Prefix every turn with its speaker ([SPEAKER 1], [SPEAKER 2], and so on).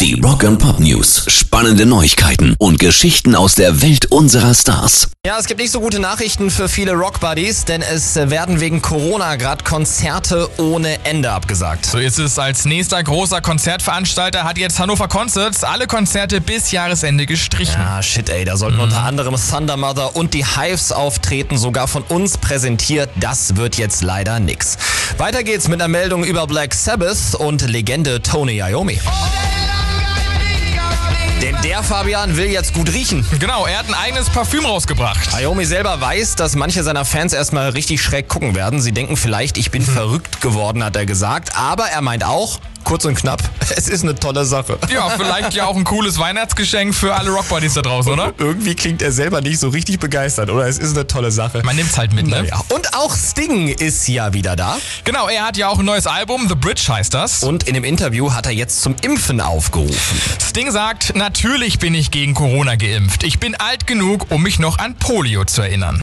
[SPEAKER 1] Die Rock and Pop News. Spannende Neuigkeiten und Geschichten aus der Welt unserer Stars.
[SPEAKER 2] Ja, es gibt nicht so gute Nachrichten für viele Rockbuddies, denn es werden wegen Corona gerade Konzerte ohne Ende abgesagt.
[SPEAKER 3] So ist es. Als nächster großer Konzertveranstalter hat jetzt Hannover Concerts alle Konzerte bis Jahresende gestrichen.
[SPEAKER 2] Ah, shit, ey, da sollten unter anderem Thunder Mother und die Hives auftreten, sogar von uns präsentiert. Das wird jetzt leider nix. Weiter geht's mit einer Meldung über Black Sabbath und Legende Tony Iommi. Denn der Fabian will jetzt gut riechen.
[SPEAKER 3] Genau, er hat ein eigenes Parfüm rausgebracht.
[SPEAKER 2] Naomi selber weiß, dass manche seiner Fans erstmal richtig schräg gucken werden. Sie denken vielleicht, ich
[SPEAKER 3] Mhm.
[SPEAKER 2] bin verrückt geworden, hat er gesagt. Aber er meint auch, kurz und knapp, es ist eine tolle Sache.
[SPEAKER 3] Ja, vielleicht ja auch ein cooles Weihnachtsgeschenk für alle Rockbuddies da draußen, oder?
[SPEAKER 2] Irgendwie klingt er selber nicht so richtig begeistert, oder? Es ist eine tolle Sache.
[SPEAKER 3] Man nimmt's halt mit, ne?
[SPEAKER 2] Naja. Und auch Sting ist ja wieder da.
[SPEAKER 3] Genau, er hat ja auch ein neues Album, The Bridge heißt das.
[SPEAKER 2] Und in dem Interview hat er jetzt zum Impfen aufgerufen.
[SPEAKER 3] Sting sagt, natürlich bin ich gegen Corona geimpft. Ich bin alt genug, um mich noch an Polio zu erinnern.